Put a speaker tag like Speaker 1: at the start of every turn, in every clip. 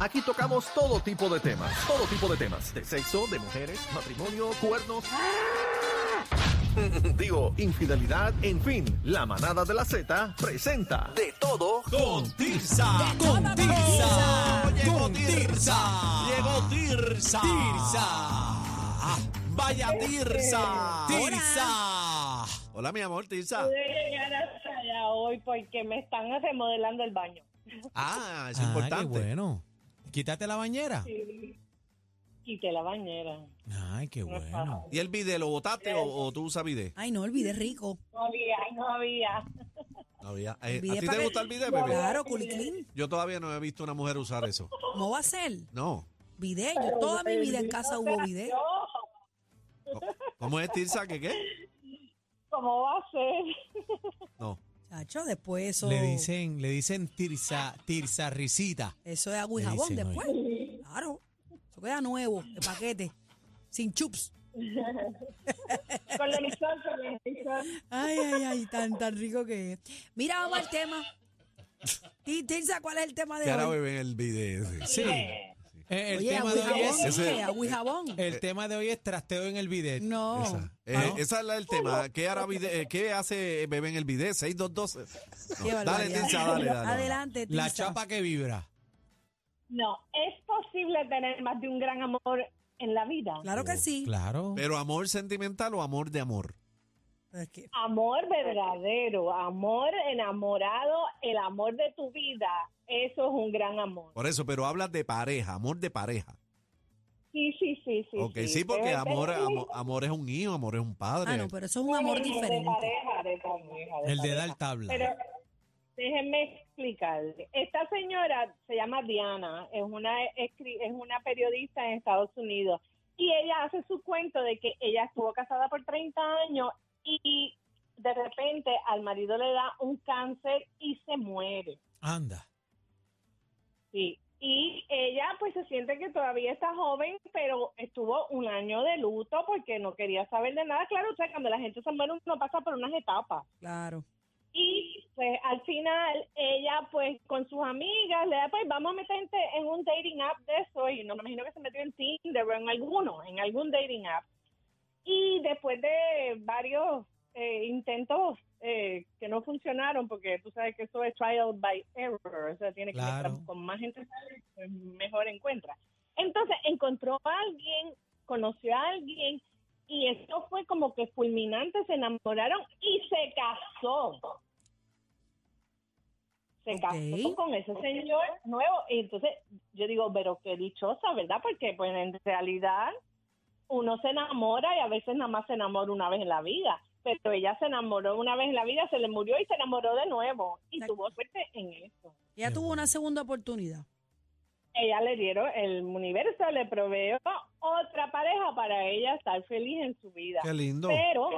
Speaker 1: Aquí tocamos todo tipo de temas, todo tipo de temas, de sexo, de mujeres, matrimonio, cuernos,
Speaker 2: ¡Ah!
Speaker 1: digo, infidelidad, en fin, la manada de la Z presenta de todo
Speaker 3: Con Tirsa. Con Tirsa. Con Tirsa. Llegó Tirsa. Tirsa. Ah, Vaya Tirsa. Tirsa. Hola, mi amor, Tirsa.
Speaker 4: pude llegar hasta allá hoy porque me están remodelando el baño.
Speaker 3: Ah, es
Speaker 5: Ah,
Speaker 3: importante.
Speaker 5: qué bueno. Quítate la bañera.
Speaker 4: Quité la bañera.
Speaker 5: Ay, qué bueno.
Speaker 3: ¿Y el video lo botaste o, o tú usas video?
Speaker 6: Ay, no olvidé rico.
Speaker 4: No había, no había.
Speaker 3: No había. Eh, ¿A
Speaker 6: Bidé
Speaker 3: ti
Speaker 6: para
Speaker 3: te
Speaker 6: que-
Speaker 3: gusta el video, bebé?
Speaker 6: Claro, culiclín.
Speaker 3: Yo todavía no he visto una mujer usar eso.
Speaker 6: ¿Cómo va a ser?
Speaker 3: No.
Speaker 6: Bidé. Yo toda mi vida en casa hubo bidé.
Speaker 4: Yo,
Speaker 3: ¿Cómo es Tirsa? ¿Qué qué?
Speaker 4: ¿cómo va a ser?
Speaker 3: No.
Speaker 6: Chacho, después eso.
Speaker 5: Le dicen, le dicen tirsa, tirsa risita.
Speaker 6: Eso es agua y
Speaker 5: Le
Speaker 6: jabón
Speaker 5: dicen,
Speaker 6: después. Claro. Eso queda nuevo, de paquete. Sin chups.
Speaker 4: Con el emisor, con el emisor.
Speaker 6: Ay, ay, ay, tan, tan rico que es. Mira, vamos al tema. Y Tirsa, ¿cuál es el tema
Speaker 3: Que
Speaker 6: de
Speaker 3: ahora
Speaker 6: hoy?
Speaker 3: beben el video.
Speaker 5: Sí. Eh, el,
Speaker 6: Oye,
Speaker 5: tema
Speaker 6: agua
Speaker 5: de
Speaker 6: y
Speaker 5: hoy
Speaker 6: jabón.
Speaker 5: es,
Speaker 3: Ese-
Speaker 6: ¿qué? Agua y jabón.
Speaker 5: el tema de Ah, hoy es trasteo en el bidet.
Speaker 6: No.
Speaker 3: Eh, Esa es la del tema. ¿Qué, hará bidé- eh, qué hace bebé en el video? 622.
Speaker 6: Qué
Speaker 3: No. Dale,
Speaker 6: barbaridad.
Speaker 3: Tirsa, dale, dale.
Speaker 6: Adelante, Tirsa.
Speaker 5: La chapa que vibra.
Speaker 4: No, es posible tener más de un gran amor en la vida.
Speaker 6: Claro que sí.
Speaker 5: Claro.
Speaker 3: Pero amor sentimental o amor de amor.
Speaker 6: Pero es que-
Speaker 4: Amor verdadero, amor enamorado, el amor de tu vida. Eso es un gran amor.
Speaker 3: Por eso, pero hablas de pareja, amor de pareja.
Speaker 4: Sí, sí, sí, sí.
Speaker 3: ok, sí, porque
Speaker 4: Debe
Speaker 3: amor,
Speaker 4: ser-
Speaker 3: amor, amor es un hijo, amor es un padre.
Speaker 6: Ah, no, pero eso es un amor
Speaker 4: De
Speaker 6: diferente.
Speaker 4: pareja, de pareja, de
Speaker 5: El de
Speaker 4: pareja.
Speaker 5: dar tabla.
Speaker 4: Pero déjenme explicarle. Esta señora se llama Diana, es una, escri- es una periodista en Estados Unidos y ella hace su cuento de que ella estuvo casada por 30 años y de repente al marido le da un cáncer y se muere.
Speaker 5: Anda.
Speaker 4: Sí. Y ella pues se siente que todavía está joven, pero estuvo un año de luto porque no quería saber de nada. Claro, o sea, cuando la gente se muere uno pasa por unas etapas.
Speaker 6: Claro.
Speaker 4: Y pues al final ella pues con sus amigas le da pues vamos a meterte en un dating app de eso y no me imagino que se metió en Tinder o en alguno, en algún dating app. Y después de varios eh, intentos eh, que no funcionaron porque tú sabes que eso es trial by error, o sea, tiene que
Speaker 5: Claro.
Speaker 4: estar con más gente sale, pues, mejor encuentra. Entonces encontró a alguien, conoció a alguien y esto fue como que fulminante, se enamoraron y se casó. Se casó
Speaker 6: Ok.
Speaker 4: con ese señor nuevo. Y entonces yo digo, pero qué dichosa, ¿verdad? Porque pues en realidad uno se enamora y a veces nada más se enamora una vez en la vida. Pero ella se enamoró una vez en la vida, se le murió y se enamoró de nuevo. Y
Speaker 6: Exacto.
Speaker 4: tuvo suerte en eso.
Speaker 6: Ella
Speaker 5: Qué
Speaker 6: tuvo
Speaker 5: bueno.
Speaker 6: una segunda oportunidad.
Speaker 4: Ella le dieron, el universo le proveó otra pareja para ella estar feliz en su vida.
Speaker 3: Qué lindo.
Speaker 4: Pero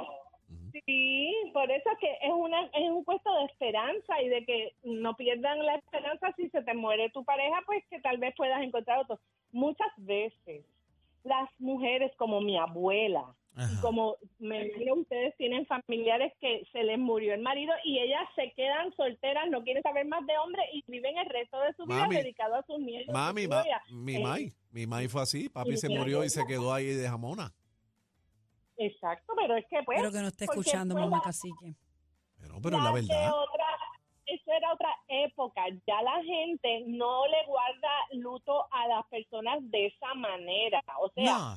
Speaker 4: sí, por eso es que es una es un puesto de esperanza y de que no pierdan la esperanza si se te muere tu pareja, pues que tal vez puedas encontrar otro. Muchas veces las mujeres como mi abuela,
Speaker 5: Ajá.
Speaker 4: como me imagino ustedes tienen familiares que se les murió el marido y ellas se quedan solteras, no quieren saber más de hombres y viven el resto de su
Speaker 3: Mami.
Speaker 4: vida dedicado a sus nietos.
Speaker 3: Mami,
Speaker 4: su
Speaker 3: ma-
Speaker 4: novia.
Speaker 3: mi
Speaker 4: Eh,
Speaker 3: mai, mi mai fue así. Papi
Speaker 4: y
Speaker 3: se
Speaker 4: mira,
Speaker 3: murió y
Speaker 4: yo-
Speaker 3: se quedó ahí de jamona.
Speaker 4: Exacto, pero es que pues
Speaker 6: Espero que no esté
Speaker 4: porque
Speaker 6: escuchando,
Speaker 4: fue
Speaker 6: mamá
Speaker 4: la-
Speaker 6: cacique.
Speaker 3: Pero, pero es la
Speaker 4: Ya que
Speaker 3: verdad.
Speaker 4: otra- eso era otra época. Ya la gente no le guarda luto a las personas de esa manera. O sea,
Speaker 5: Nah.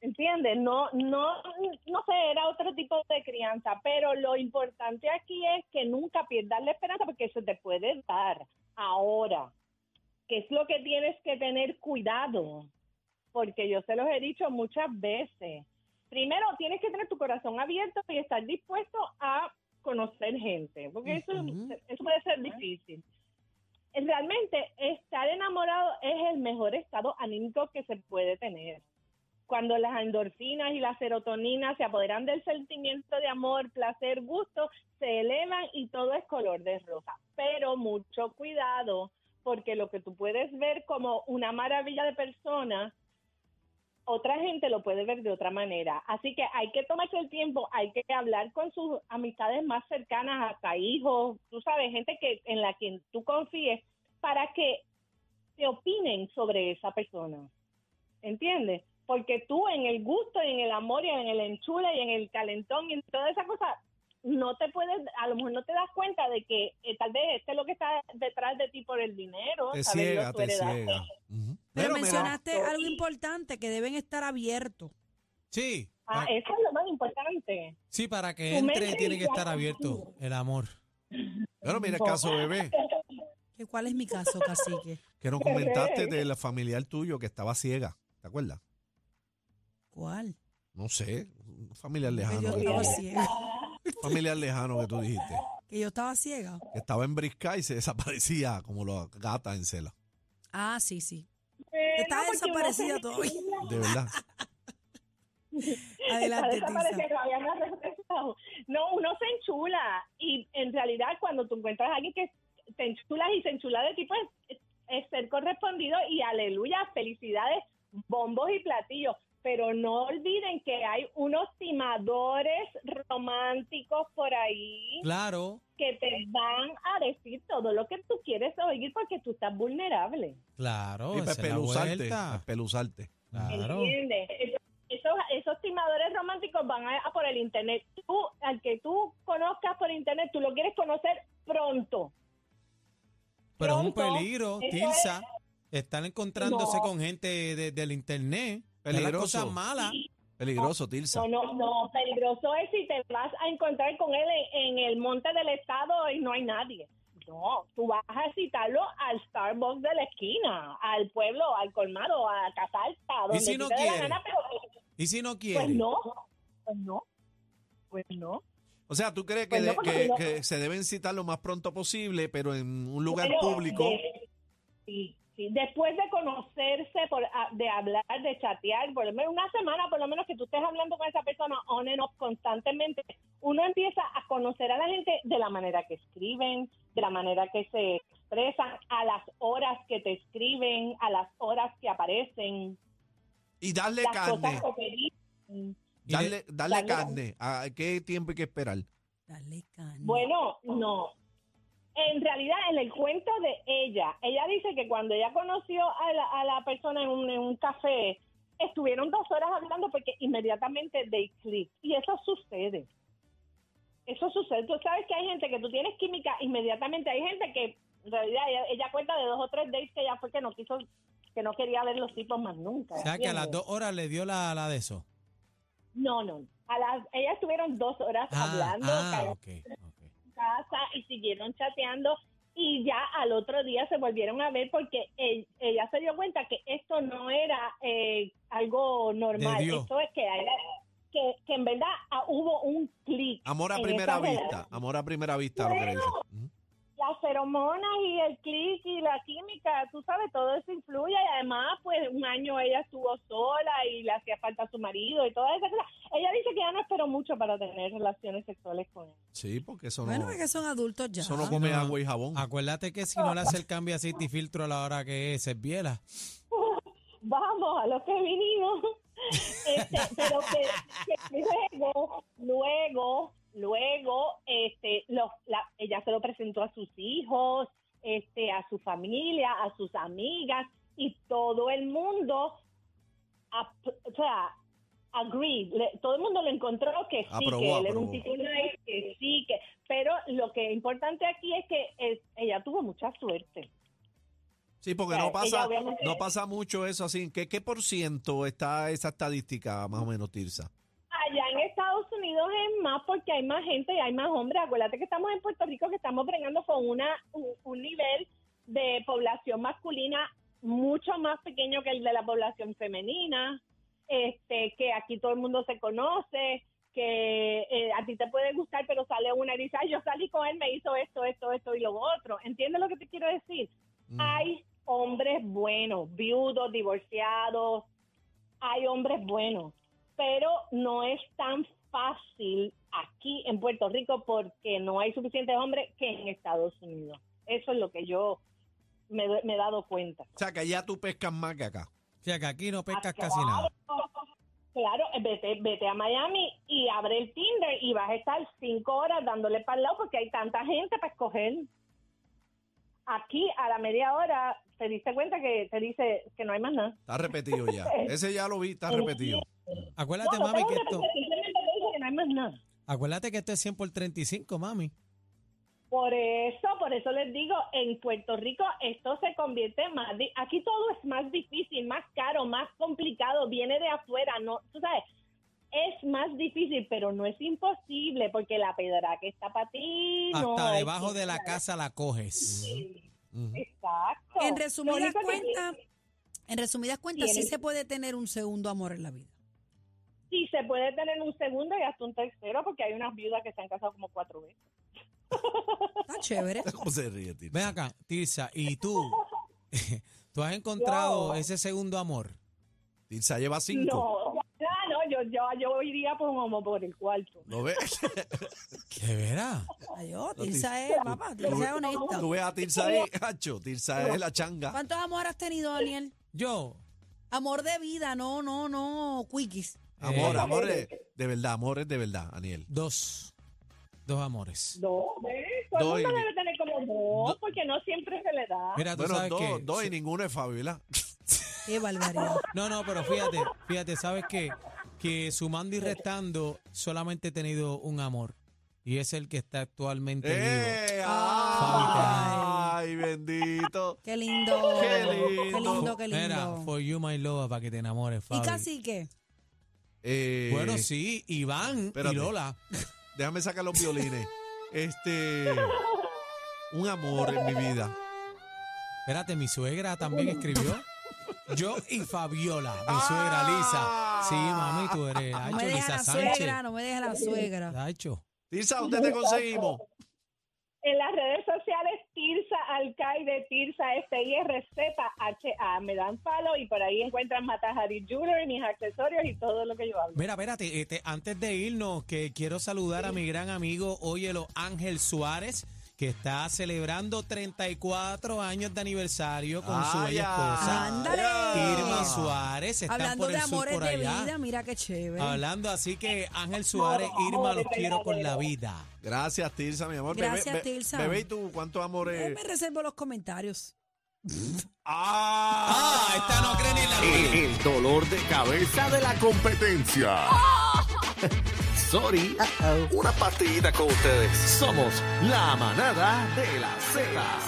Speaker 4: ¿entiendes? No, no, no sé, era otro tipo de crianza, pero lo importante aquí es que nunca pierdas la esperanza porque se te puede dar ahora, que es lo que tienes que tener cuidado, porque yo se los he dicho muchas veces. Primero, tienes que tener tu corazón abierto y estar dispuesto a conocer gente, porque eso, eso puede ser difícil realmente estar enamorado es el mejor estado anímico que se puede tener. Cuando las endorfinas y la serotonina se apoderan del sentimiento de amor, placer, gusto, se elevan y todo es color de rosa. Pero mucho cuidado, porque lo que tú puedes ver como una maravilla de persona, otra gente lo puede ver de otra manera. Así que hay que tomarse el tiempo, hay que hablar con sus amistades más cercanas, hasta hijos, tú sabes, gente que en la que tú confíes, para que te opinen sobre esa persona. ¿Entiendes? Porque tú en el gusto, y en el amor, y en el enchule, y en el calentón, y en toda esa cosa, no te puedes, a lo mejor no te das cuenta de que eh, tal vez este es lo que está detrás de ti por el dinero.
Speaker 3: Te
Speaker 4: saberlo
Speaker 3: ciega,
Speaker 4: tú
Speaker 3: te
Speaker 4: heredaste.
Speaker 3: ciega. Ujú. Mira, mira.
Speaker 6: Pero mencionaste algo importante, que deben estar abiertos.
Speaker 5: Sí.
Speaker 4: Ah,
Speaker 5: para-
Speaker 4: eso es lo más importante.
Speaker 5: sí, para
Speaker 4: tu
Speaker 5: que entre
Speaker 4: mente
Speaker 5: tiene que
Speaker 4: ya
Speaker 5: estar
Speaker 4: está
Speaker 5: abierto el amor.
Speaker 3: Pero mira el caso, bebé,
Speaker 6: ¿Que ¿Cuál es mi caso, cacique?
Speaker 3: que nos
Speaker 4: Bebé.
Speaker 3: comentaste del familiar tuyo que estaba ciega. ¿Te acuerdas?
Speaker 6: ¿Cuál?
Speaker 3: No sé, un familiar
Speaker 6: Que yo
Speaker 3: lejano. Que tú
Speaker 6: estaba
Speaker 3: dijiste.
Speaker 6: ciega.
Speaker 3: Un familiar lejano que tú dijiste.
Speaker 6: Que yo estaba ciega.
Speaker 3: Que estaba en brisca y se desaparecía como la gata en cela.
Speaker 6: Ah, sí, sí.
Speaker 4: Eh,
Speaker 6: Está
Speaker 4: no, porque uno
Speaker 6: desaparecida
Speaker 4: se-
Speaker 6: todavía.
Speaker 3: De verdad.
Speaker 6: Adelante,
Speaker 4: está
Speaker 6: Tisa.
Speaker 4: desapareciendo, todavía no ha regresado. No, uno se enchula y en realidad cuando tú encuentras a alguien que te enchulas y se enchula de ti, pues es ser correspondido y aleluya, felicidades, bombos y platillos. Pero no olviden que hay unos timadores románticos por ahí
Speaker 5: Claro,
Speaker 4: que te van a decir todo lo que tú quieres oír porque tú estás vulnerable.
Speaker 5: claro.
Speaker 3: y para
Speaker 5: esa es la
Speaker 3: espeluzarte.
Speaker 5: vuelta.
Speaker 3: para espeluzarte.
Speaker 5: Claro.
Speaker 4: ¿Entiendes? Eso- Esos, esos timadores románticos van a, a por el internet. Tú, al que tú conozcas por internet, tú lo quieres conocer pronto.
Speaker 5: Pero es un
Speaker 4: Pronto,
Speaker 5: peligro,
Speaker 4: eso
Speaker 5: Tilsa, estar encontrándose
Speaker 4: No.
Speaker 5: con gente de- del internet. Están las
Speaker 3: Peligroso.
Speaker 5: cosas malas.
Speaker 3: Peligroso, Tilsa.
Speaker 4: No, no, no. Peligroso es si te vas a encontrar con él en, en el monte del estado y no hay nadie. No, tú vas a citarlo al Starbucks de la esquina, al pueblo, al colmado, a Casa Alta, donde
Speaker 5: si
Speaker 4: tú
Speaker 5: no
Speaker 4: te dé la
Speaker 5: quiere?
Speaker 4: gana, pero
Speaker 5: Y si no quiere.
Speaker 4: pues no, pues no, pues no.
Speaker 3: O sea, ¿tú crees que,
Speaker 4: Pues no,
Speaker 3: de-
Speaker 4: porque
Speaker 3: que-
Speaker 4: no-
Speaker 3: que se deben citar lo más pronto posible, pero en un lugar
Speaker 4: Pero
Speaker 3: público?
Speaker 4: de- sí, sí, después de conocerse, por, a- de hablar, de chatear, por lo menos una semana, por lo menos que tú estés hablando con esa persona on and off constantemente, uno empieza a conocer a la gente de la manera que escriben, de la manera que se expresan, a las horas que te escriben, a las horas que aparecen,
Speaker 3: Y darle
Speaker 4: las
Speaker 3: carne.
Speaker 4: cosas que te dicen.
Speaker 5: Y de-
Speaker 3: Darle, darle
Speaker 4: Darle-
Speaker 3: carne. ¿A qué tiempo hay que esperar?
Speaker 6: Dale cana.
Speaker 4: Bueno, no. En realidad, en el cuento de ella, ella dice que cuando ella conoció a la, a la persona en un, en un café, estuvieron dos horas hablando porque inmediatamente they click. Y eso sucede. Eso sucede. Tú sabes que hay gente que tú tienes química inmediatamente. Hay gente que en realidad ella, ella cuenta de dos o tres dates que ella fue que no quiso, que no quería ver los tipos más nunca.
Speaker 5: O sea, que a las
Speaker 4: ¿entiendes?
Speaker 5: dos horas le dio la, la de eso.
Speaker 4: No, no. A las, ellas estuvieron dos horas
Speaker 5: Ah,
Speaker 4: hablando,
Speaker 5: ah,
Speaker 4: cada-
Speaker 5: ok, ok.
Speaker 4: casa y siguieron chateando y ya al otro día se volvieron a ver porque él- ella se dio cuenta que esto no era eh, algo normal,
Speaker 5: De Dios.
Speaker 4: esto es que, era- que, que en verdad ah, hubo un clic.
Speaker 3: Amor a
Speaker 4: en
Speaker 3: primera
Speaker 4: esa relación.
Speaker 3: vista. Amor a primera vista, lo que le dicen. Ujú.
Speaker 4: Las feromonas y el clic y la química, tú sabes, todo eso influye y además pues un año ella estuvo sola y le hacía falta a su marido y todas esas cosas. Ella dice que ya no esperó mucho para tener relaciones sexuales con él.
Speaker 3: Sí, porque eso no,
Speaker 6: Bueno, es que son adultos ya.
Speaker 3: eso no come
Speaker 5: No.
Speaker 3: agua y jabón.
Speaker 5: Ah. Acuérdate que si no le hace el cambio de aceite y filtro a la hora que se biela.
Speaker 4: vamos a lo que vinimos. Este, pero que, que luego, luego, luego, este, los, la- ella se lo presentó a sus hijos, este, a su familia, a sus amigas y todo el mundo, ap- o sea, agreed, le- todo el mundo lo encontró que sí,
Speaker 3: Aprobó,
Speaker 4: que él era
Speaker 3: aprobó.
Speaker 4: un tipo nice, que sí, que, pero lo que es importante aquí es que eh, ella tuvo mucha suerte
Speaker 3: Sí, porque
Speaker 4: Claro,
Speaker 3: no
Speaker 4: ella
Speaker 3: pasa,
Speaker 4: obviamente-
Speaker 3: no pasa mucho eso así. ¿Qué, ¿Qué por ciento está esa estadística, más o menos, Tirsa?
Speaker 4: Allá en Estados Unidos es más porque hay más gente y hay más hombres. Acuérdate que estamos en Puerto Rico que estamos bregando con una, un, un nivel de población masculina mucho más pequeño que el de la población femenina, este que aquí todo el mundo se conoce, que eh, a ti te puede gustar, pero sale una y dice, ay, yo salí con él, me hizo esto, esto, esto y lo otro. ¿Entiendes lo que te quiero decir?
Speaker 3: Mm.
Speaker 4: Hay hombres buenos, viudos, divorciados, hay hombres buenos, pero no es tan fácil aquí en Puerto Rico porque no hay suficientes hombres que en Estados Unidos. Eso es lo que yo me, doy- me he dado cuenta.
Speaker 3: O sea, que allá tú pescas más que acá.
Speaker 5: O sea, que aquí no
Speaker 4: Ah,
Speaker 5: pescas casi nada.
Speaker 4: claro. Claro, eh, vete, vete a Miami y abre el Tinder y vas a estar cinco horas dándole para el lado porque hay tanta gente para escoger. Aquí a la media hora te diste cuenta que te dice que no hay más nada.
Speaker 3: Está repetido ya. Ese ya lo vi, está repetido.
Speaker 5: Acuérdate,
Speaker 4: No, no
Speaker 5: mami,
Speaker 4: tengo
Speaker 5: que
Speaker 4: que
Speaker 5: esto,
Speaker 4: repetir, simplemente te dice que no hay más nada.
Speaker 5: acuérdate que esto es 100 por 35, mami.
Speaker 4: Por eso, por eso les digo, en Puerto Rico esto se convierte en más, di- aquí todo es más difícil, más caro, más complicado, viene de afuera, no, tú sabes, es más difícil, pero no es imposible, porque la pedra que está para ti, no
Speaker 5: Hasta
Speaker 4: hay
Speaker 5: debajo
Speaker 4: quien
Speaker 5: de la
Speaker 4: la-
Speaker 5: casa la coges.
Speaker 3: Ujú.
Speaker 4: Exacto.
Speaker 6: En
Speaker 4: Lo
Speaker 6: resumidas
Speaker 4: único que
Speaker 6: cuentas, en resumidas cuentas, sí
Speaker 4: Tiene-
Speaker 6: se puede tener un segundo amor en la vida.
Speaker 4: Sí, se puede tener un segundo y hasta un tercero, porque hay unas viudas que se han casado como cuatro veces.
Speaker 6: Está chévere.
Speaker 3: ¿Cómo se ríe, Tirsa?
Speaker 5: Ven acá, Tirsa, ¿y tú? ¿Tú has encontrado
Speaker 4: Yo.
Speaker 5: ese segundo amor?
Speaker 3: Tirsa lleva cinco.
Speaker 4: No, ya, no, yo, yo, yo iría por, como por el cuarto.
Speaker 3: ¿Lo ves?
Speaker 5: ¿De veras?
Speaker 6: Adiós,
Speaker 3: No,
Speaker 6: Tirsa
Speaker 3: Tirsa,
Speaker 6: es,
Speaker 3: tú-
Speaker 6: papá,
Speaker 3: tú-
Speaker 6: Tirsa es
Speaker 3: Tú
Speaker 6: honesta.
Speaker 3: ves a Tirsa ahí, hacho. Tirsa es la changa.
Speaker 6: ¿Cuántos amores has tenido, Daniel?
Speaker 5: Yo,
Speaker 6: Amor de vida, no, no, no, quickies.
Speaker 3: Amor,
Speaker 5: Eh.
Speaker 3: amores. De verdad, amores de verdad, Aniel.
Speaker 5: dos. Dos amores.
Speaker 4: Dos, ¿eh? Todo el
Speaker 3: Dos y-
Speaker 4: mundo debe tener como dos,
Speaker 3: Do-
Speaker 4: porque no siempre se le da.
Speaker 5: Mira, tú
Speaker 3: Bueno,
Speaker 5: sabes
Speaker 3: dos,
Speaker 5: que...
Speaker 3: dos y ninguno es Fabi, ¿verdad?
Speaker 6: Qué barbaridad.
Speaker 5: No, no, pero fíjate, fíjate, ¿sabes qué? Que sumando y restando, solamente he tenido un amor. Y es el que está actualmente vivo.
Speaker 3: ¡Eh! ¡Ay, bendito!
Speaker 6: Qué lindo.
Speaker 3: Qué
Speaker 6: Qué
Speaker 3: lindo.
Speaker 6: lindo, qué
Speaker 5: Mira,
Speaker 6: lindo.
Speaker 5: for you, my love, para que te enamores, Fabi.
Speaker 6: Y cacique.
Speaker 3: Eh,
Speaker 5: Bueno, sí, Iván
Speaker 3: espérate.
Speaker 5: y Lola.
Speaker 3: Déjame sacar los violines. Este. Un amor en mi vida.
Speaker 5: Espérate, mi suegra también escribió. Yo y Fabiola, mi suegra Lisa. Sí, mami, tú eres
Speaker 6: No
Speaker 5: Hacho,
Speaker 6: me deja
Speaker 5: Lisa
Speaker 6: la
Speaker 5: Sánchez.
Speaker 6: suegra, no me deja la suegra.
Speaker 5: Hacho.
Speaker 3: Tirsa, ¿dónde te conseguimos?
Speaker 4: En las redes sociales, Tirsa Alcaide, Tirsa S-I-R-Z-H-A. Me dan follow y por ahí encuentran Matajari Jewelry, mis accesorios y todo lo que yo hablo.
Speaker 5: Mira, espérate, este, antes de irnos, que quiero saludar a mi gran amigo Óyelo Ángel Suárez, que está celebrando 34 años de aniversario con su
Speaker 3: Ay,
Speaker 5: bella esposa.
Speaker 3: ay,
Speaker 6: Ándale.
Speaker 3: ay.
Speaker 5: Irma Suárez, están
Speaker 6: Hablando
Speaker 5: por
Speaker 6: de
Speaker 5: el sur,
Speaker 6: amores
Speaker 5: por
Speaker 6: de
Speaker 5: allá.
Speaker 6: vida, mira qué chévere.
Speaker 5: Hablando así que Ángel Suárez, Irma, los quiero con la vida.
Speaker 3: Gracias, Tirsa, mi amor.
Speaker 6: Gracias,
Speaker 3: bebé, be-
Speaker 6: Tirsa.
Speaker 3: Bebé, ¿y tú cuántos
Speaker 6: Yo
Speaker 3: amores?
Speaker 6: me reservo los comentarios.
Speaker 3: ¡Ah!
Speaker 2: El, el dolor de cabeza de la competencia. Sorry. Una partidita con ustedes. Somos la manada de la Z.